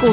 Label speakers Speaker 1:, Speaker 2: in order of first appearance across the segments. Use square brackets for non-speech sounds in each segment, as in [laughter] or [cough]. Speaker 1: 股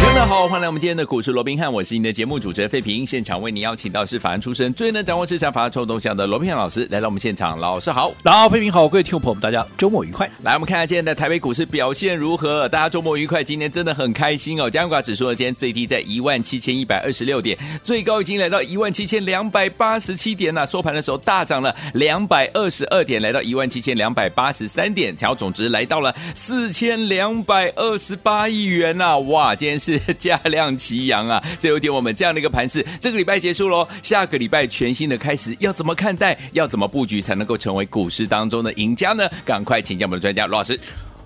Speaker 2: 大家好，欢迎来我们今天的股市罗宾汉，我是您的节目主持人费平。现场为您邀请到是法案出身、最能掌握市场法案臭动向的罗宾汉老师来到我们现场，老师好。
Speaker 3: 大家好，飞平好，各位听众朋友们，大家周末愉快。
Speaker 2: 来，我们看看今天的台北股市表现如何？大家周末愉快，今天真的很开心哦。加权指数呢，今天最低在一万七千一百二十六点，最高已经来到一万七千两百八十七点了、收盘的时候大涨了两百二十二点，来到一万七千两百八十三点，然后总值来到了四千两百二十八亿元呐、哇，今天是价量齐扬啊！ [laughs] 这有点我们这样的一个盘势，这个礼拜结束喽，下个礼拜全新的开始，要怎么看待？要怎么布局才能够成为股市当中的赢家呢？赶快请教我们的专家罗老师。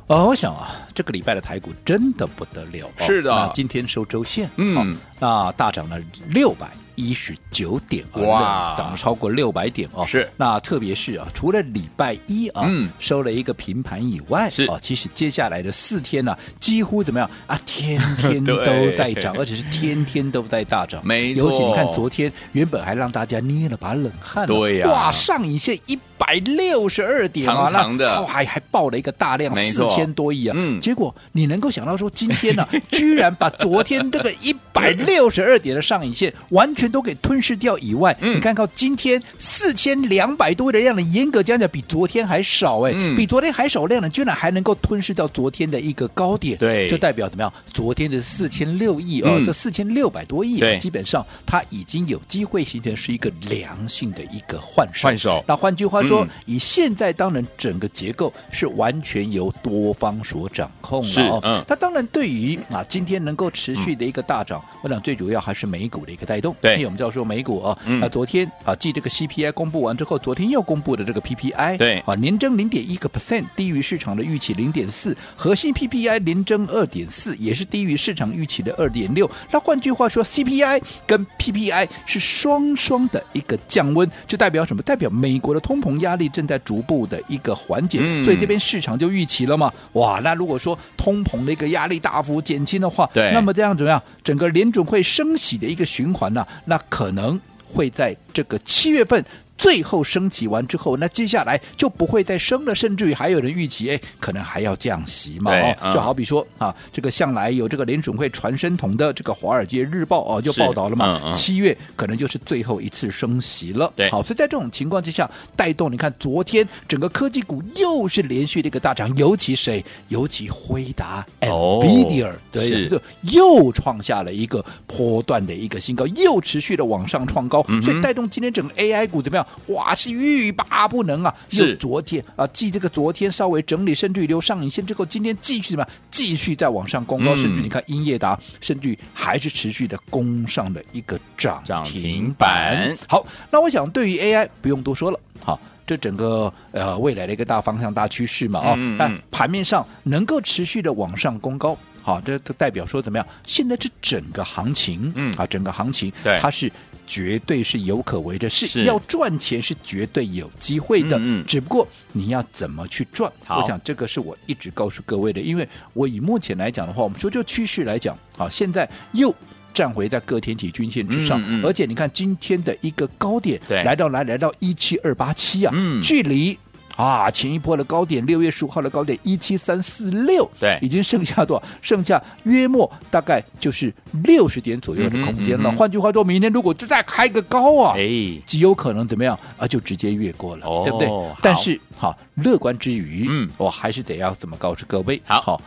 Speaker 3: 呃，我想啊，这个礼拜的台股真的不得了、哦。
Speaker 2: 是的
Speaker 3: 那今天收周线，
Speaker 2: 嗯
Speaker 3: 哦那大涨了六百。一十九点啊
Speaker 2: 哇
Speaker 3: 涨了超过六百点哦。
Speaker 2: 是
Speaker 3: 那特别是啊，除了礼拜一啊，
Speaker 2: 嗯
Speaker 3: 收了一个平盘以外，
Speaker 2: 是
Speaker 3: 哦，其实接下来的四天呢、几乎怎么样啊，天
Speaker 2: [laughs]
Speaker 3: 天
Speaker 2: 对
Speaker 3: 都在涨，而且是天天都在大涨。
Speaker 2: 没错
Speaker 3: 尤其你看昨天原本还让大家捏了把冷汗、
Speaker 2: 对呀
Speaker 3: 哇，上影线一百六十二点啊，
Speaker 2: 长长的
Speaker 3: 那还还爆了一个大量
Speaker 2: 没
Speaker 3: 四
Speaker 2: 错
Speaker 3: 千多亿啊，
Speaker 2: 嗯
Speaker 3: 结果你能够想到说，今
Speaker 2: [laughs]
Speaker 3: 天呢、居然把昨天这个一百六十二点的上影线完全都给吞噬掉以外，
Speaker 2: 嗯
Speaker 3: 你看到今天四千两百多的量能，严格讲讲比昨天还少哎、
Speaker 2: 嗯
Speaker 3: 比昨天还少量能，居然还能够吞噬到昨天的一个高点，
Speaker 2: 对
Speaker 3: 就代表怎么样？昨天的四千六亿哦，
Speaker 2: 嗯
Speaker 3: 这四千六百多亿、啊
Speaker 2: 对，
Speaker 3: 基本上它已经有机会形成是一个良性的一个换手，
Speaker 2: 换手
Speaker 3: 那换句话说，
Speaker 2: 嗯
Speaker 3: 以现在当然整个结构是完全由多方所掌控
Speaker 2: 是
Speaker 3: 了哦。
Speaker 2: 嗯
Speaker 3: 那当然对于啊今天能够持续的一个大涨，我想最主要还是美股的一个带动。
Speaker 2: 嗯对
Speaker 3: 因为我们知道说美股啊，
Speaker 2: 嗯
Speaker 3: 那昨天啊继这个 CPI 公布完之后，昨天又公布的这个 PPI，
Speaker 2: 对
Speaker 3: 啊年增零点一个 percent，低于市场的预期零点四，核心 PPI 年增二点四，也是低于市场预期的二点六。那换句话说，CPI 跟 PPI 是双双的一个降温，这代表什么？代表美国的通膨压力正在逐步的一个缓解，
Speaker 2: 嗯
Speaker 3: 所以这边市场就预期了嘛。哇，那如果说通膨的一个压力大幅减轻的话，
Speaker 2: 对
Speaker 3: 那么这样怎么样？整个联准会升息的一个循环呢、那可能会在这个七月份。最后升息完之后，那接下来就不会再升了，甚至于还有人预期，哎，可能还要降息嘛，
Speaker 2: 对
Speaker 3: 哦，
Speaker 2: 嗯
Speaker 3: 就好比说啊，这个向来有这个联准会传声筒的这个《华尔街日报》哦，就是报道了嘛
Speaker 2: 嗯，嗯
Speaker 3: 七月可能就是最后一次升息了。
Speaker 2: 对
Speaker 3: 好，所以在这种情况之下，带动你看昨天整个科技股又是连续的一个大涨，尤其谁？尤其辉达、
Speaker 2: 哦
Speaker 3: NVIDIA，、对，
Speaker 2: 是
Speaker 3: 就又创下了一个波段的一个新高，又持续的往上创高，
Speaker 2: 嗯
Speaker 3: 所以带动今天整个 AI 股怎么样？哇，是欲罢不能啊！
Speaker 2: 是
Speaker 3: 又昨天啊，继这个昨天稍微整理，甚至于留上影线之后，今天继续怎么样？继续再往上攻高，
Speaker 2: 嗯
Speaker 3: 甚至你看英业达，甚至于还是持续的攻上了一个涨
Speaker 2: 涨停
Speaker 3: 停
Speaker 2: 板
Speaker 3: 板。好，那我想对于 AI 不用多说了，好。这整个呃未来的一个大方向、大趋势嘛，哦，
Speaker 2: 嗯嗯
Speaker 3: 那
Speaker 2: 嗯
Speaker 3: 盘面上能够持续的往上攻高，好，这都代表说怎么样？现在这整个行情，
Speaker 2: 嗯
Speaker 3: 啊，整个行情，
Speaker 2: 对
Speaker 3: 它是绝对是有可为的，是
Speaker 2: 是
Speaker 3: 要赚钱是绝对有机会的，
Speaker 2: 嗯嗯
Speaker 3: 只不过你要怎么去赚？
Speaker 2: 好
Speaker 3: 我想这个是我一直告诉各位的，因为我以目前来讲的话，我们说就趋势来讲，啊，现在又。站回在各天体均线之上，
Speaker 2: 嗯嗯嗯
Speaker 3: 而且你看今天的一个高点
Speaker 2: 对
Speaker 3: 来到来来到一七二八七啊，
Speaker 2: 嗯
Speaker 3: 距离啊前一波的高点六月十五号的高点一七三四六，
Speaker 2: 对
Speaker 3: 已经剩下多少？剩下约莫大概就是六十点左右的空间了。
Speaker 2: 嗯哼嗯哼
Speaker 3: 换句话说，明天如果再开个高啊，
Speaker 2: 哎，
Speaker 3: 极有可能怎么样啊，就直接越过了，
Speaker 2: 哦
Speaker 3: 对不对
Speaker 2: 好？
Speaker 3: 但是好，乐观之余，
Speaker 2: 嗯
Speaker 3: 我还是得要怎么告诉各位，
Speaker 2: 好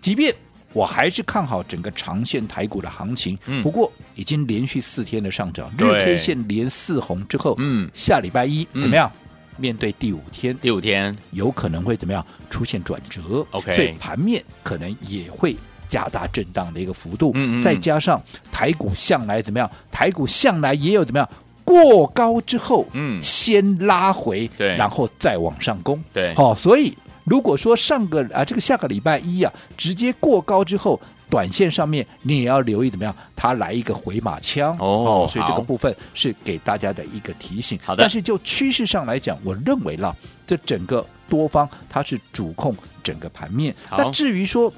Speaker 3: 即便。我还是看好整个长线台股的行情，
Speaker 2: 嗯
Speaker 3: 不过已经连续四天的上涨，日
Speaker 2: 对
Speaker 3: K 线连四红之后，
Speaker 2: 嗯
Speaker 3: 下礼拜一
Speaker 2: 嗯
Speaker 3: 怎么样？面对第五天，
Speaker 2: 第五天
Speaker 3: 有可能会怎么样出现转折
Speaker 2: OK
Speaker 3: 所以盘面可能也会加大震荡的一个幅度，
Speaker 2: 嗯嗯嗯
Speaker 3: 再加上台股向来怎么样，台股向来也有怎么样过高之后，
Speaker 2: 嗯
Speaker 3: 先拉回，
Speaker 2: 对
Speaker 3: 然后再往上攻，
Speaker 2: 对
Speaker 3: 好、所以如果说上个啊这个下个礼拜一啊，直接过高之后。短线上面你也要留意怎么样，它来一个回马枪
Speaker 2: 哦
Speaker 3: 所以这
Speaker 2: 好
Speaker 3: 个部分是给大家的一个提醒。
Speaker 2: 好的
Speaker 3: 但是就趋势上来讲，我认为啦，这整个多方它是主控整个盘面。
Speaker 2: 好
Speaker 3: 那至于说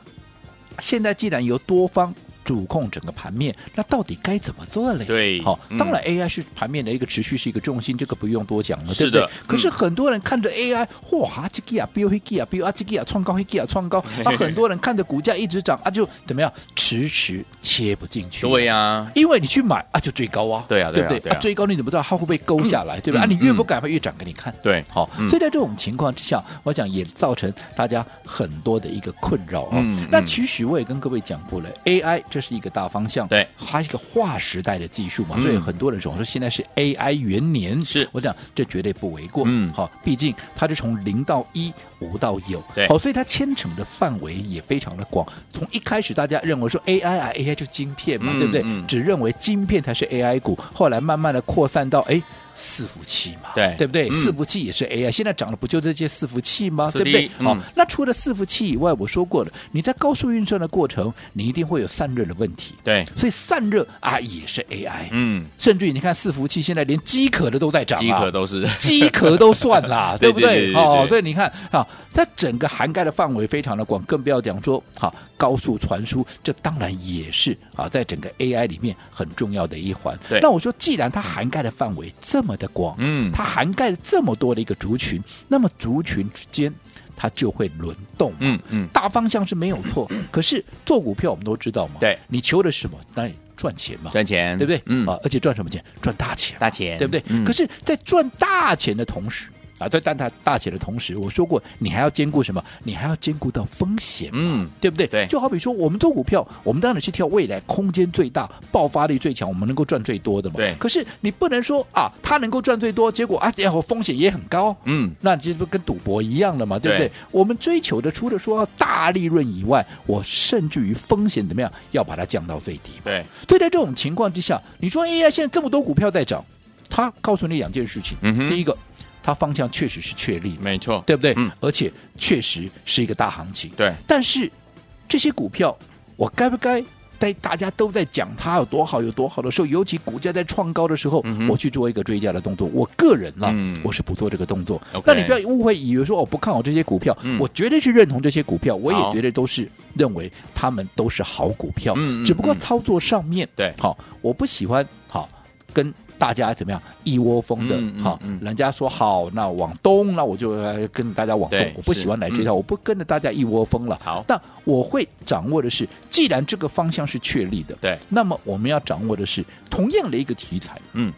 Speaker 3: 现在既然由多方。主控整个盘面，那到底该怎么做嘞？
Speaker 2: 对
Speaker 3: 好、
Speaker 2: 嗯
Speaker 3: 当然 AI 是盘面的一个持续是一个重心，这个不用多讲了，
Speaker 2: 是
Speaker 3: 对不
Speaker 2: 的
Speaker 3: 对？可是很多人看着 AI，哇，这个啊，飙黑个啊，飙啊，这个啊，创高黑个啊，创
Speaker 2: [laughs]
Speaker 3: 高，啊，很多人看着股价一直涨啊，就怎么样，迟迟切不进去。
Speaker 2: 对呀，
Speaker 3: 因为你去买啊，就追高啊，
Speaker 2: 对啊
Speaker 3: 对不
Speaker 2: 对啊对啊
Speaker 3: 追高你怎么知道它会不会勾下来，对不对？啊，
Speaker 2: 嗯
Speaker 3: 你越不敢，它越涨给你看。
Speaker 2: 对
Speaker 3: 好，
Speaker 2: 嗯
Speaker 3: 所以在这种情况之下，我想也造成大家很多的一个困扰哦
Speaker 2: 嗯。
Speaker 3: 那
Speaker 2: 嗯
Speaker 3: 其实我也跟各位讲过了，AI 这是一个大方向，
Speaker 2: 对
Speaker 3: 它是一个划时代的技术嘛，
Speaker 2: 嗯
Speaker 3: 所以很多人总说现在是 AI 元年，
Speaker 2: 是
Speaker 3: 我讲这绝对不为过。
Speaker 2: 嗯
Speaker 3: 好，毕竟它是从零到一，无到有，
Speaker 2: 对
Speaker 3: 好，所以它牵扯的范围也非常的广。从一开始大家认为说 AI 啊，AI 就是晶片嘛，
Speaker 2: 嗯
Speaker 3: 对不对？
Speaker 2: 嗯
Speaker 3: 只认为晶片才是 AI 股，后来慢慢的扩散到哎伺服器嘛，
Speaker 2: 对
Speaker 3: 对不对？
Speaker 2: 嗯
Speaker 3: 伺服器也是 AI，现在涨的不就这些伺服器吗？
Speaker 2: 是的
Speaker 3: 对不对？
Speaker 2: 嗯
Speaker 3: 好、那除了伺服器以外，我说过了，你在高速运算的过程，你一定会有散热的问题，
Speaker 2: 对，
Speaker 3: 所以散热啊也是 AI，、
Speaker 2: 嗯，
Speaker 3: 甚至于你看伺服器现在连机壳的都在涨、啊，
Speaker 2: 饥渴都是
Speaker 3: 机壳都算
Speaker 2: [laughs]
Speaker 3: 啦，
Speaker 2: 对
Speaker 3: 对不
Speaker 2: 对对
Speaker 3: 对？
Speaker 2: 对
Speaker 3: 哦
Speaker 2: 对，
Speaker 3: 所以你看啊，在整个涵盖的范围非常的广，更不要讲说好高速传输，这当然也是啊，在整个 AI 里面很重要的一环
Speaker 2: 对。
Speaker 3: 那我说，既然它涵盖的范围这么的广，
Speaker 2: 嗯
Speaker 3: 它涵盖了这么多的一个族群，那么族群之间它就会轮动嘛，
Speaker 2: 嗯嗯，
Speaker 3: 大方向是没有错，可是做股票我们都知道嘛，
Speaker 2: 对
Speaker 3: 你求的是什么？当然赚钱嘛，
Speaker 2: 赚钱
Speaker 3: 对不对？
Speaker 2: 嗯，
Speaker 3: 啊，而且赚什么钱？赚大钱嘛，
Speaker 2: 大钱
Speaker 3: 对不对？
Speaker 2: 嗯
Speaker 3: 可是，在赚大钱的同时。啊，在赚大大钱的同时，我说过，你还要兼顾什么？你还要兼顾到风险嘛，
Speaker 2: 嗯
Speaker 3: 对不对？
Speaker 2: 对
Speaker 3: 就好比说，我们做股票，我们当然是挑未来空间最大、爆发力最强，我们能够赚最多的嘛。
Speaker 2: 对
Speaker 3: 可是你不能说啊，它能够赚最多，结果啊，然后风险也很高，
Speaker 2: 嗯，
Speaker 3: 那这不跟赌博一样了嘛，对不对？
Speaker 2: 对
Speaker 3: 我们追求的除了说要大利润以外，我甚至于风险怎么样，要把它降到最低嘛。
Speaker 2: 对，
Speaker 3: 所以在这种情况之下，你说 AI 现在这么多股票在涨，它告诉你两件事情：
Speaker 2: 嗯哼
Speaker 3: 第一个，它方向确实是确立的，
Speaker 2: 没错，
Speaker 3: 对不对？
Speaker 2: 嗯
Speaker 3: 而且确实是一个大行情。
Speaker 2: 对，
Speaker 3: 但是这些股票，我该不该在大家都在讲它有多好、有多好的时候，尤其股价在创高的时候，
Speaker 2: 嗯哼
Speaker 3: 我去做一个追加的动作？我个人呢、
Speaker 2: 嗯
Speaker 3: 我是不做这个动作。
Speaker 2: OK
Speaker 3: 那你不要误会，以为说我哦不看好这些股票，
Speaker 2: 嗯
Speaker 3: 我绝对是认同这些股票，我
Speaker 2: 好
Speaker 3: 也绝对都是认为他们都是好股票，
Speaker 2: 嗯嗯
Speaker 3: 只不过
Speaker 2: 嗯
Speaker 3: 操作上面，
Speaker 2: 对
Speaker 3: 好，我不喜欢好跟。大家怎么样一窝蜂的
Speaker 2: 嗯嗯
Speaker 3: 好？
Speaker 2: 嗯
Speaker 3: 人家说好，那往东，那我就呃跟大家往东
Speaker 2: 对。
Speaker 3: 我不
Speaker 2: 是
Speaker 3: 喜欢来追
Speaker 2: 嗯
Speaker 3: 它，我不跟着大家一窝蜂了。
Speaker 2: 好，
Speaker 3: 但我会掌握的是，既然这个方向是确立的，
Speaker 2: 对，
Speaker 3: 那么我们要掌握的是同样的一个题材，
Speaker 2: 嗯，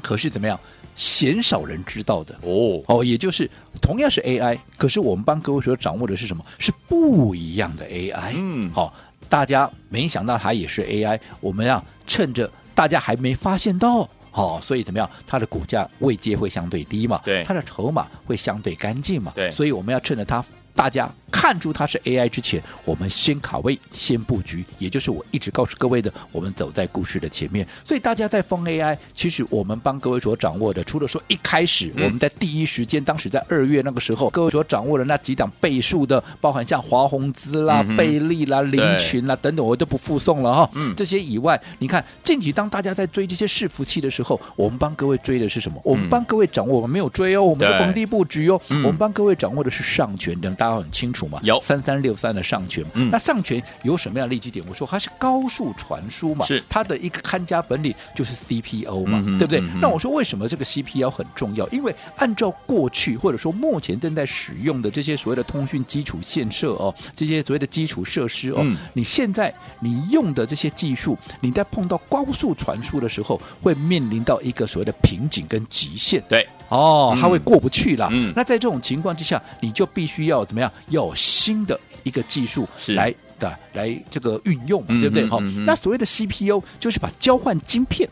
Speaker 3: 可是怎么样，鲜少人知道的。
Speaker 2: 哦，
Speaker 3: 哦，也就是同样是 AI，可是我们帮各位所掌握的是什么？是不一样的 AI。
Speaker 2: 嗯
Speaker 3: 好、大家没想到它也是 AI，我们要趁着大家还没发现到。好、所以怎么样？它的股价位阶会相对低嘛，
Speaker 2: 对
Speaker 3: 它的筹码会相对干净嘛，
Speaker 2: 对
Speaker 3: 所以我们要趁着它大家看出它是 AI 之前，我们先卡位，先布局，也就是我一直告诉各位的，我们走在故事的前面。所以大家在封 AI，其实我们帮各位所掌握的，除了说一开始
Speaker 2: 嗯
Speaker 3: 我们在第一时间，当时在二月那个时候，各位所掌握的那几档倍数的，包含像华宏资啦、
Speaker 2: 嗯哼
Speaker 3: 贝利啦、林群啦等等，我就不附送了哈、
Speaker 2: 嗯
Speaker 3: 这些以外，你看近期当大家在追这些伺服器的时候，我们帮各位追的是什么？我们帮各位掌握，我们没有追哦，我们是
Speaker 2: 嗯对
Speaker 3: 逢低布局哦，我
Speaker 2: 嗯
Speaker 3: 们帮各位掌握的是上权，等大家很清楚嘛。
Speaker 2: 有
Speaker 3: 三三六三的上权，
Speaker 2: 嗯
Speaker 3: 那上权有什么样的利基点？我说它是高速传输嘛，
Speaker 2: 是
Speaker 3: 它的一个看家本领就是 CPU 嘛，
Speaker 2: 嗯哼
Speaker 3: 对不对？
Speaker 2: 嗯哼
Speaker 3: 那我说为什么这个 CPU 很重要？因为按照过去或者说目前正在使用的这些所谓的通讯基础建设哦，这些所谓的基础设施哦，
Speaker 2: 嗯
Speaker 3: 你现在你用的这些技术，你在碰到高速传输的时候，会面临到一个所谓的瓶颈跟极限。
Speaker 2: 对，
Speaker 3: 哦，它
Speaker 2: 嗯
Speaker 3: 会过不去了。
Speaker 2: 嗯
Speaker 3: 那在这种情况之下，你就必须要怎么样？要有新的一个技术
Speaker 2: 是
Speaker 3: 来的来这个运用嘛，
Speaker 2: 嗯
Speaker 3: 对不对？
Speaker 2: 嗯
Speaker 3: 好、
Speaker 2: 嗯嗯
Speaker 3: 那所谓的 CPU 就是把交换晶片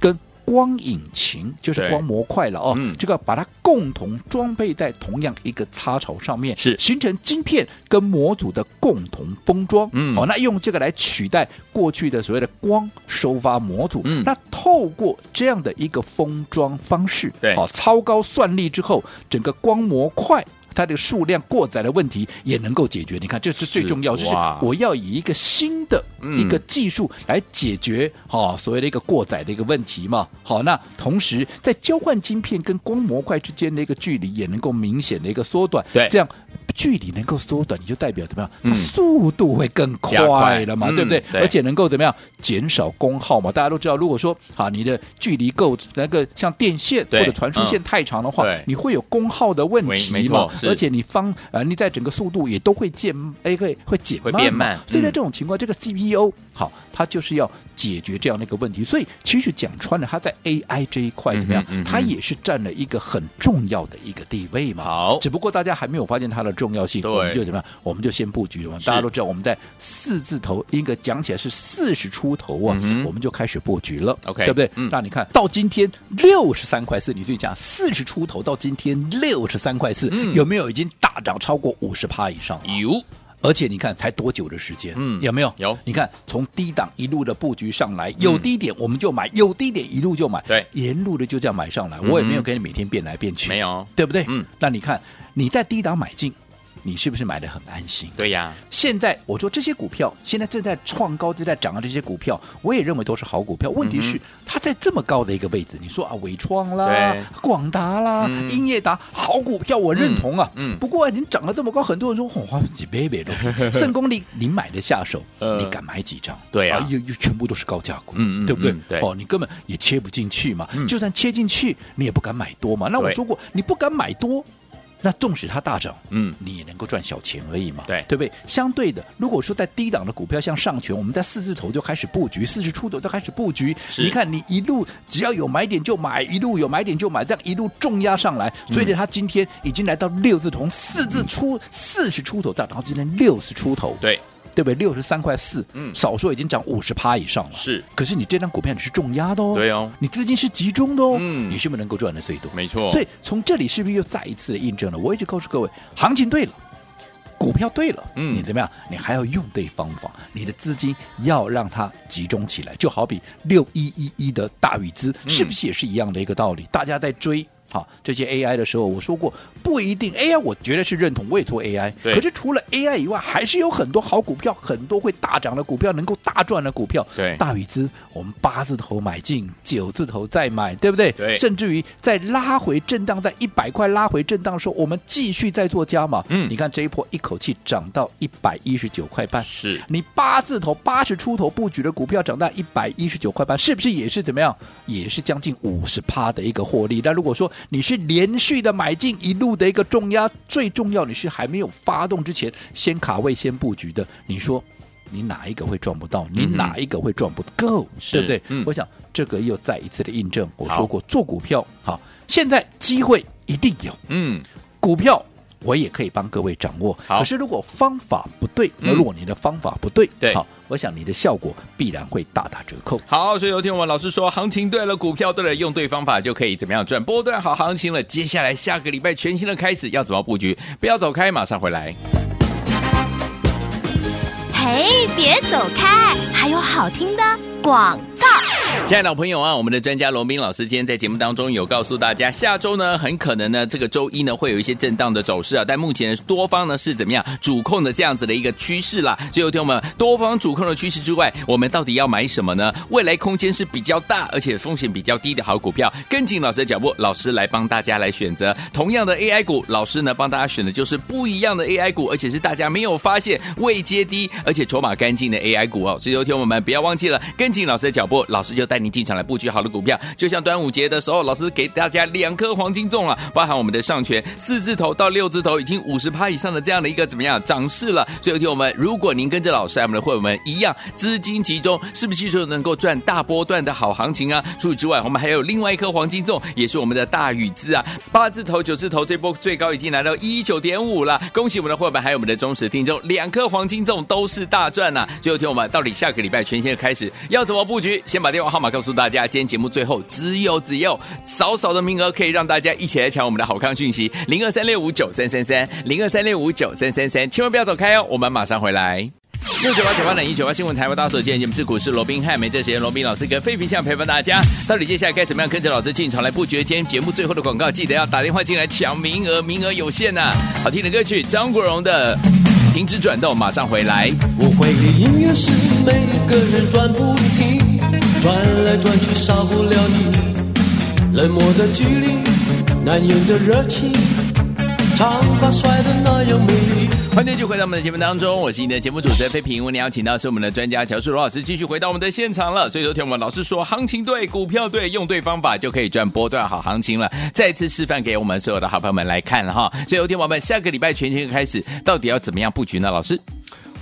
Speaker 3: 跟光引擎，就是
Speaker 2: 对
Speaker 3: 光模块了哦，
Speaker 2: 嗯
Speaker 3: 这个把它共同装配在同样一个插槽上面，
Speaker 2: 是
Speaker 3: 形成晶片跟模组的共同封装。哦
Speaker 2: 嗯
Speaker 3: 好、那用这个来取代过去的所谓的光收发模组。
Speaker 2: 嗯
Speaker 3: 那透过这样的一个封装方式，哦
Speaker 2: 对
Speaker 3: 好、超高算力之后，整个光模块。它的数量过载的问题也能够解决。你看，这是最
Speaker 2: 是
Speaker 3: 重要，就是
Speaker 2: 哇嗯
Speaker 3: 我要以一个新的一个技术来解决哈、所谓的一个过载的一个问题嘛。好，那同时在交换晶片跟光模块之间的一个距离也能够明显的一个缩短，
Speaker 2: 对
Speaker 3: 这样距离能够缩短，你就代表怎么样？
Speaker 2: 嗯
Speaker 3: 速度会更
Speaker 2: 加快
Speaker 3: 快了嘛，
Speaker 2: 嗯
Speaker 3: 对不对？
Speaker 2: 对
Speaker 3: 而且能够怎么样减少功耗嘛？大家都知道，如果说啊你的距离够那个像电线或
Speaker 2: 对
Speaker 3: 者传输线太长的话，
Speaker 2: 嗯对
Speaker 3: 你会有功耗的问
Speaker 2: 没没
Speaker 3: 题嘛
Speaker 2: 错？是
Speaker 3: 而且你方呃你在整个速度也都会减哎会会减慢
Speaker 2: 会
Speaker 3: 嘛
Speaker 2: 变慢
Speaker 3: 所以在
Speaker 2: 嗯
Speaker 3: 这种情况，这个 CPU 好，它就是要解决这样的一个问题。所以其实讲穿了，它在 AI 这一块怎么样
Speaker 2: 嗯哼嗯哼，
Speaker 3: 它也是占了一个很重要的一个地位嘛。
Speaker 2: 好
Speaker 3: 只不过大家还没有发现它的重要性，
Speaker 2: 对
Speaker 3: 我们就怎么样，我们就先布局了嘛。
Speaker 2: 是
Speaker 3: 大家都知道，我们在四字头，应该讲起来是四十出头啊，
Speaker 2: 嗯哼
Speaker 3: 我们就开始布局了
Speaker 2: OK，
Speaker 3: 对不对？
Speaker 2: 嗯
Speaker 3: 那你看到今天六十三块四，你自己讲四十出头到今天六十三块四、
Speaker 2: 嗯
Speaker 3: 有没有已经大涨超过五十趴以上了？
Speaker 2: 有
Speaker 3: 而且你看才多久的时间？
Speaker 2: 嗯
Speaker 3: 有没有？
Speaker 2: 有嗯
Speaker 3: 你看从低档一路的布局上来，有低点我们就买，有低点一路就买，
Speaker 2: 对
Speaker 3: 沿路的就这样买上来。
Speaker 2: 嗯
Speaker 3: 我也没有给你每天变来变去，
Speaker 2: 没，有？
Speaker 3: 对不对？
Speaker 2: 嗯。
Speaker 3: 那你看你在低档买进，你是不是买的很安心？
Speaker 2: 对呀，
Speaker 3: 现在我说这些股票现在正在创高、正在涨的这些股票，我也认为都是好股票。问
Speaker 2: 嗯
Speaker 3: 题是、它在这么高的一个位置，你说啊，伟创啦
Speaker 2: 对、
Speaker 3: 广达啦、
Speaker 2: 嗯
Speaker 3: 英业达好股票，我认同啊。
Speaker 2: 嗯嗯
Speaker 3: 不过、啊、您涨得这么高，很多人说红花几倍倍都，
Speaker 2: [laughs]
Speaker 3: 盛功力你买得下手，
Speaker 2: 呃
Speaker 3: 你敢买几张？
Speaker 2: 对啊
Speaker 3: 又又全部都是高价股，
Speaker 2: 嗯嗯
Speaker 3: 对不对
Speaker 2: 嗯？对
Speaker 3: 哦，你根本也切不进去嘛。
Speaker 2: 嗯
Speaker 3: 就算切进去，你也不敢买多嘛。那我
Speaker 2: 对
Speaker 3: 说过，你不敢买多，那纵使它大涨，
Speaker 2: 嗯，
Speaker 3: 你也能够赚小钱而已嘛，
Speaker 2: 对
Speaker 3: 对不对？相对的，如果说在低档的股票，像上权，我们在四字头就开始布局，四十出头就开始布局。
Speaker 2: 是
Speaker 3: 你看，你一路只要有买点就买，一路有买点就买，这样一路重压上来，
Speaker 2: 嗯
Speaker 3: 所以呢，它今天已经来到六字头，四字出四十出头到，然后今天六十出头，
Speaker 2: 对，
Speaker 3: 对不对？六十三块四，
Speaker 2: 嗯
Speaker 3: 少说已经涨五十趴以上了。
Speaker 2: 是，
Speaker 3: 可是你这张股票你是重压的哦，
Speaker 2: 对哦
Speaker 3: 你资金是集中的哦，
Speaker 2: 嗯
Speaker 3: 你是不是能够赚的最多？
Speaker 2: 没错，
Speaker 3: 所以从这里是不是又再一次的印证了？我一直告诉各位，行情对了。股票对了，
Speaker 2: 嗯
Speaker 3: 你怎么样？你还要用对方法，你的资金要让它集中起来，就好比六一一一的大禹资，
Speaker 2: 嗯
Speaker 3: 是不是也是一样的一个道理？大家在追好这些 AI 的时候，我说过不一定 AI，我绝对是认同，我也做 AI，
Speaker 2: 对
Speaker 3: 可是除了 AI 以外，还是有很多好股票，很多会大涨的股票，能够大赚的股票。
Speaker 2: 对
Speaker 3: 大禹资我们八字头买进，九字头再买，对不对？
Speaker 2: 对
Speaker 3: 甚至于在拉回震荡，在一百块拉回震荡的时候，我们继续再做加码。
Speaker 2: 嗯
Speaker 3: 你看这一波一口气涨到一百一十九块半，
Speaker 2: 是
Speaker 3: 你八字头八十出头布局的股票涨到一百一十九块半，是不是也是怎么样？也是将近五十趴的一个获利。但如果说你是连续的买进一路的一个重压，最重要你是还没有发动之前先卡位先布局的，你说你哪一个会赚不到？你
Speaker 2: 嗯哼
Speaker 3: 哪一个会赚不够？对不对？
Speaker 2: 嗯
Speaker 3: 我想这个又再一次的印证，我
Speaker 2: 好
Speaker 3: 说过做股票好，现在机会一定有。
Speaker 2: 嗯，
Speaker 3: 股票。我也可以帮各位掌握，
Speaker 2: 好
Speaker 3: 可是如果方法不对，那
Speaker 2: 嗯
Speaker 3: 如果你的方法不对，
Speaker 2: 对
Speaker 3: 好，我想你的效果必然会大打折扣。
Speaker 2: 好，所以有天我们老师说，行情对了，股票对了，用对方法就可以怎么样赚波段好行情了。接下来下个礼拜全新的开始，要怎么布局？不要走开，马上回来。
Speaker 1: 嘿，别走开，还有好听的广告。
Speaker 2: 亲爱的朋友啊，我们的专家罗斌老师今天在节目当中有告诉大家，下周呢很可能呢这个周一呢会有一些震荡的走势啊，但目前多方呢是怎么样主控的这样子的一个趋势啦。所以，有听我们多方主控的趋势之外，我们到底要买什么呢？未来空间是比较大，而且风险比较低的好股票，跟紧老师的脚步，老师来帮大家来选择。同样的 AI 股，老师呢帮大家选的就是不一样的 AI 股，而且是大家没有发现未接低，而且筹码干净的 AI 股哦。所以，有听我们不要忘记了跟紧老师的脚步，老师就带您进场来布局好的股票。就像端午节的时候，老师给大家两颗黄金粽了，包含我们的上权四字头到六字头已经五十趴以上的这样的一个怎么样涨势了。所以，有听我们，如果您跟着老师，还有我们的会员们一样资金集中，是不是就能够赚大波段的好行情啊？除此之外，我们还有另外一颗黄金粽，也是我们的大禹资啊，八字头、九字头这波最高已经来到一九点五了。恭喜我们的会员们，还有我们的忠实听众，两颗黄金粽都是大赚呐、最后听我们到底下个礼拜全新的开始要怎么布局？先把电话号码告诉大家。今天节目最后只有只有少少的名额可以让大家一起来抢我们的好康讯息，零二三六五九三三三，零二三六五九三三三，千万不要走开哦，我们马上回来。六九八九八零一九八新闻台湾大家所见，你们是股市罗宾汉，没这时间罗宾老师跟费平相陪伴大家。到底接下来该怎么样跟着老师进场来布局？今天节目最后的广告，记得要打电话进来抢名额，名额有限呐、好听的歌曲，张国荣的《停止转动》，马上回来。
Speaker 4: 我会的音乐是每个人转不停，转来转去少不了你。冷漠的距离，难言的热情，长发甩得那样美丽。
Speaker 2: 欢迎继续回到我们的节目当中，我是你的节目主持人费平。为你邀请到是我们的专家乔树罗老师，继续回到我们的现场了。所以昨天我们老师说，行情对，股票对，用对方法就可以赚波段好行情了。再次示范给我们所有的好朋友们来看了哈。所以有天我们下个礼拜全新的开始，到底要怎么样布局呢？老师，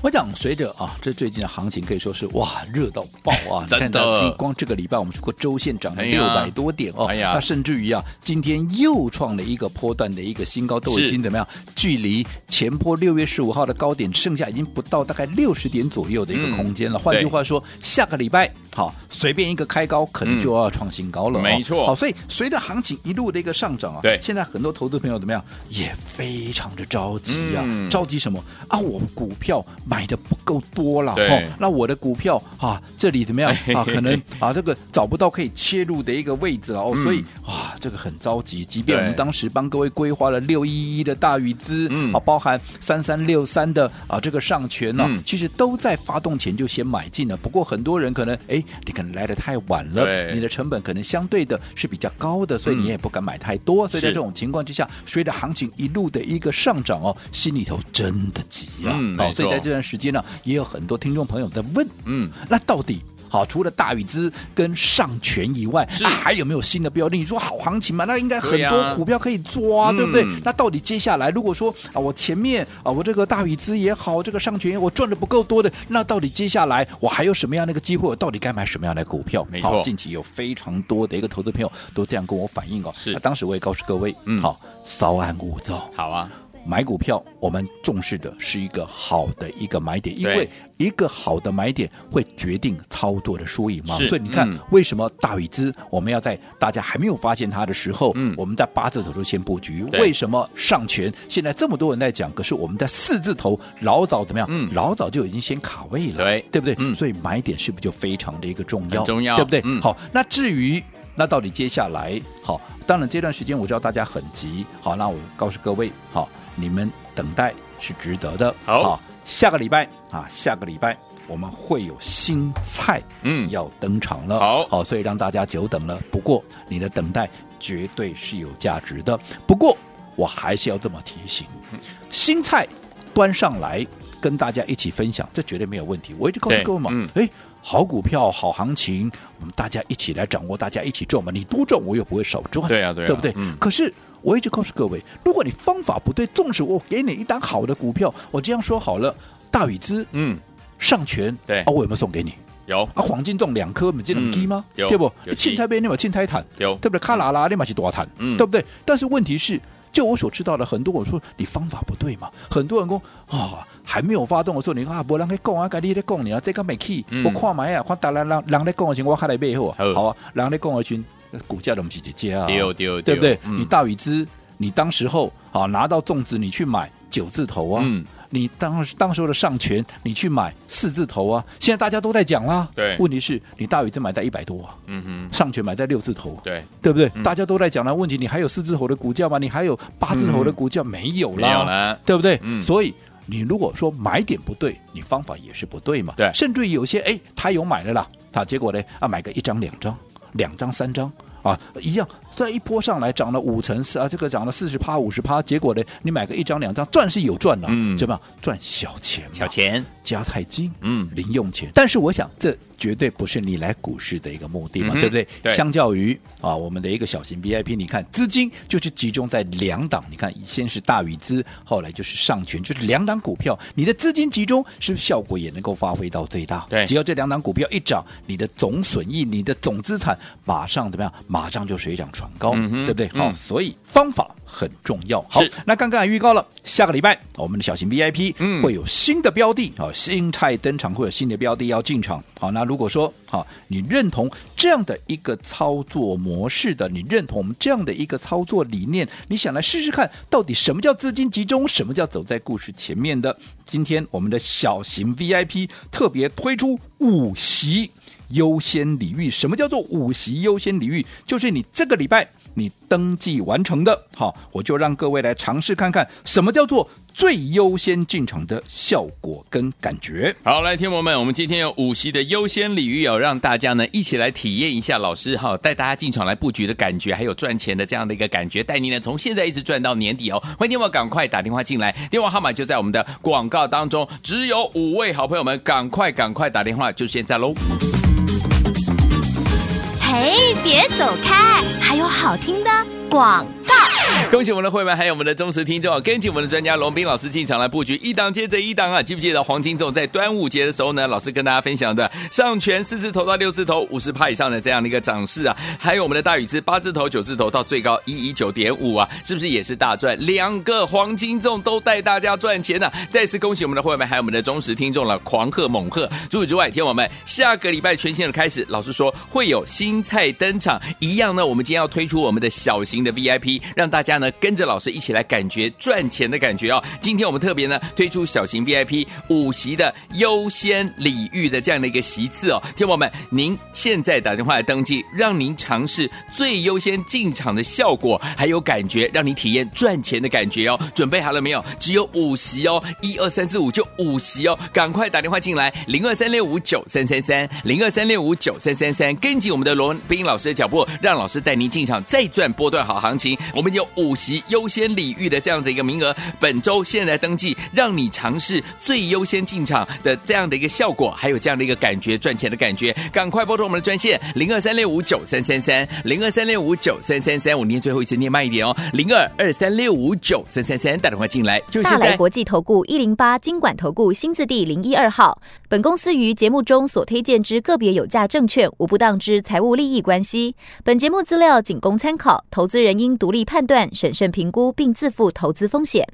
Speaker 3: 我讲，随着啊，这最近的行情可以说是哇，热到爆
Speaker 2: [laughs]
Speaker 3: 啊！
Speaker 2: 真的
Speaker 3: 你看到今光这个礼拜我们过周线涨了
Speaker 2: 哎
Speaker 3: 六
Speaker 2: 呀
Speaker 3: 百多点哦，
Speaker 2: 哎呀
Speaker 3: 那甚至于啊，今天又创了一个波段的一个新高，都
Speaker 2: 是
Speaker 3: 已经怎么样？距离前波六月十五号的高点剩下已经不到大概六十点左右的一
Speaker 2: 嗯
Speaker 3: 个空间了。换句
Speaker 2: 对
Speaker 3: 话说，下个礼拜好，随便一个开高可能就要创新高了、
Speaker 2: 嗯
Speaker 3: 哦
Speaker 2: 没错
Speaker 3: 好，所以随着行情一路的一个上涨啊，
Speaker 2: 对
Speaker 3: 现在很多投资朋友怎么样也非常的着急啊，
Speaker 2: 嗯
Speaker 3: 着急什么啊？我股票买的不够多了，
Speaker 2: 对
Speaker 3: 那我的股票啊，这里
Speaker 2: [laughs]
Speaker 3: 怎么样啊？可能啊，这个找不到可以切入的一个位置了哦，
Speaker 2: 嗯
Speaker 3: 所以哇，这个很着急。即便我们
Speaker 2: 对
Speaker 3: 当时帮各位规划了六一一的大禹资，
Speaker 2: 嗯
Speaker 3: 啊，包含三三六三的啊这个上权呢、
Speaker 2: 嗯
Speaker 3: 其实都在发动前就先买进了。不过很多人可能哎，你可能来的太晚了，
Speaker 2: 对
Speaker 3: 你的成本可能相对的是比较高的，所以
Speaker 2: 嗯
Speaker 3: 你也不敢买太多。所以在
Speaker 2: 是
Speaker 3: 这种情况之下，随着行情一路的一个上涨哦，心里头真的急啊。
Speaker 2: 嗯没
Speaker 3: 好，
Speaker 2: 错
Speaker 3: 所以在这段时间呢、也有很多听众朋友在问，
Speaker 2: 嗯，
Speaker 3: 那到底？好，除了大禹资跟上权以外，
Speaker 2: 是
Speaker 3: 啊还有没有新的标的？你说好行情嘛？那应该很
Speaker 2: 对呀
Speaker 3: 多股票可以抓、啊，对不对
Speaker 2: 嗯？
Speaker 3: 那到底接下来，如果说啊，我前面啊，我这个大禹资也好，这个上权也好我赚的不够多的，那到底接下来我还有什么样的一个机会？我到底该买什么样的股票？
Speaker 2: 没错
Speaker 3: 好，近期有非常多的一个投资朋友都这样跟我反映哦。
Speaker 2: 是
Speaker 3: 那当时我也告诉各位，
Speaker 2: 嗯
Speaker 3: 好，稍安勿躁。
Speaker 2: 好啊，
Speaker 3: 买股票，我们重视的是一个好的一个买点，因
Speaker 2: 对
Speaker 3: 为一个好的买点会决定操作的输赢嘛。
Speaker 2: 是
Speaker 3: 所以你看，
Speaker 2: 嗯
Speaker 3: 为什么大禹资我们要在大家还没有发现它的时候，
Speaker 2: 嗯
Speaker 3: 我们在八字头就先布局？
Speaker 2: 对
Speaker 3: 为什么上权现在这么多人在讲，可是我们在四字头老早怎么样？
Speaker 2: 嗯
Speaker 3: 老早就已经先卡位了，
Speaker 2: 对
Speaker 3: 对不对？
Speaker 2: 嗯
Speaker 3: 所以买点是不是就非常的一个重要？
Speaker 2: 很重要
Speaker 3: 对不对？
Speaker 2: 嗯
Speaker 3: 好，那至于。那到底接下来好？当然这段时间我知道大家很急，好，那我告诉各位，好，你们等待是值得的。
Speaker 2: 好
Speaker 3: 下个礼拜啊，下个礼拜我们会有新菜，
Speaker 2: 嗯
Speaker 3: 要登场了。
Speaker 2: 好
Speaker 3: 好，所以让大家久等了。不过你的等待绝对是有价值的。不过我还是要这么提醒，
Speaker 2: 嗯
Speaker 3: 新菜端上来跟大家一起分享，这绝对没有问题。我一直告诉
Speaker 2: 对
Speaker 3: 各位嘛
Speaker 2: 嗯，
Speaker 3: 哎、好股票、好行情，我们大家一起来掌握，大家一起赚嘛。你多赚，我也不会少赚。
Speaker 2: 对啊对啊
Speaker 3: 对不对？
Speaker 2: 嗯
Speaker 3: 可是。我一直告诉各位，如果你方法不对，纵使我给你一档好的股票，我这样说好了，大禹资、
Speaker 2: 嗯，
Speaker 3: 上权，
Speaker 2: 对
Speaker 3: 啊，我有没有送给你？
Speaker 2: 有
Speaker 3: 啊，黄金中两颗，你这能低吗？
Speaker 2: 嗯有
Speaker 3: 对不？
Speaker 2: 有
Speaker 3: 你青苔杯，你有青苔坦，
Speaker 2: 有
Speaker 3: 对不对？卡拉拉，你嘛是多坦，
Speaker 2: 嗯
Speaker 3: 对不对？但是问题是，就我所知道的，很多我说你方法不对嘛，很多人说啊还没有发动的时候，你看啊，没人在讲啊，该你在讲你啊，这个没去
Speaker 2: 嗯，
Speaker 3: 我看买啊，看大人人人在讲的时候，我看来背后啊
Speaker 2: 好，
Speaker 3: 好啊，人在讲的时候，股价都不是一只啊，
Speaker 2: 丢丢，
Speaker 3: 对不对？
Speaker 2: 嗯
Speaker 3: 你大禹资，你当时候啊拿到粽子，你去买九字头啊。
Speaker 2: 嗯
Speaker 3: 你当时当时候的上权，你去买四字头啊！现在大家都在讲啦。
Speaker 2: 对
Speaker 3: 问题是你大禹资买在一百多啊，
Speaker 2: 嗯哼，
Speaker 3: 上权买在六字头，啊
Speaker 2: 对，
Speaker 3: 对不对？
Speaker 2: 嗯
Speaker 3: 大家都在讲啦。问题你还有四字头的股价吗？你还有八字头的股价没有
Speaker 2: 嗯没有
Speaker 3: 啦？
Speaker 2: 了，
Speaker 3: 对不对？
Speaker 2: 嗯
Speaker 3: 所以你如果说买点不对，你方法也是不对嘛。
Speaker 2: 对
Speaker 3: 甚至于有些哎，他有买了啦，啊，结果呢啊，买个一张、两张、两张、三张。啊，一样，在一波上来涨了五成四啊，这个涨了四十趴、五十趴，结果呢，你买个一张两张，赚是有赚了、
Speaker 2: 嗯
Speaker 3: 怎么样？赚小钱嘛，
Speaker 2: 小钱，
Speaker 3: 加菜金，
Speaker 2: 嗯
Speaker 3: 零用钱。但是我想，这绝对不是你来股市的一个目的嘛，
Speaker 2: 嗯哼
Speaker 3: 对不对？
Speaker 2: 对
Speaker 3: 相较于啊，我们的一个小型 VIP，你看资金就是集中在两档，你看先是大禹资，后来就是上权，就是两档股票，你的资金集中是不是效果也能够发挥到最大？
Speaker 2: 对
Speaker 3: 只要这两档股票一涨，你的总损益、你的总资产马上怎么样？马上就水涨船高，
Speaker 2: 嗯哼
Speaker 3: 对不对？
Speaker 2: 嗯
Speaker 3: 好，所以方法很重要。好
Speaker 2: 是，
Speaker 3: 那刚刚也预告了，下个礼拜我们的小型 VIP
Speaker 2: 嗯
Speaker 3: 会有新的标的，好、新菜登场，会有新的标的要进场。好，那如果说好、你认同这样的一个操作模式的，你认同我们这样的一个操作理念，你想来试试看，到底什么叫资金集中，什么叫走在故事前面的？今天我们的小型 VIP 特别推出五席。优先礼遇。什么叫做五席优先礼遇？就是你这个礼拜你登记完成的，好，我就让各位来尝试看看什么叫做最优先进场的效果跟感觉。
Speaker 2: 好，来，听众朋友们，我们今天有五席的优先礼遇哦，让大家呢一起来体验一下老师哈、带大家进场来布局的感觉，还有赚钱的这样的一个感觉，带您呢从现在一直赚到年底哦。欢迎听众赶快打电话进来，电话号码就在我们的广告当中，只有五位好朋友们，赶快赶快打电话，就现在喽。
Speaker 1: 嘿，别走开，还有好听的广告。
Speaker 2: [laughs] 恭喜我们的会员，还有我们的忠实听众，跟紧我们的专家龙斌老师进场来布局，一档接着一档啊！记不记得黄金总在端午节的时候呢，老师跟大家分享的上权四字头到六字头，五十趴以上的这样的一个涨势啊，还有我们的大禹资八字头、九字头到最高一一九点五啊，是不是也是大赚？两个黄金粽都带大家赚钱呢、再次恭喜我们的会员，还有我们的忠实听众了，狂贺猛贺！除此之外，天王们，下个礼拜全新的开始，老师说会有新菜登场，一样呢，我们今天要推出我们的小型的 VIP，让大家呢跟着老师一起来感觉赚钱的感觉哦。今天我们特别呢推出小型 VIP 五席的优先礼遇的这样的一个席次哦，天王们，您现在打电话来登记，让您尝试最优先进场的效果，还有感觉，让你体验赚钱的感觉哦。准备好了没有？只有五席哦，一二三四五就五席哦，赶快打电话进来，零二三六五九三三三，零二三六五九三三三，跟紧我们的罗文斌老师的脚步，让老师带您进场再赚波段好行情。我们有五席优先礼遇的这样的一个名额，本周现在登记，让你尝试最优先进场的这样的一个效果，还有这样的一个感觉，赚钱的感觉。赶快拨通我们的专线零二三六五九三三三，零二三六五九三三三，我念最后一次，念慢一点哦，零二二三六五九三三三，打电话进来，就
Speaker 5: 大
Speaker 2: 现
Speaker 5: 来
Speaker 2: 在。
Speaker 5: 国际投顾一零八金管投顾新字第零一二号。本公司于节目中所推荐之个别有价证券，无不当之财务利益关系。本节目资料仅供参考，投资人应独立判断、审慎评估，并自负投资风险。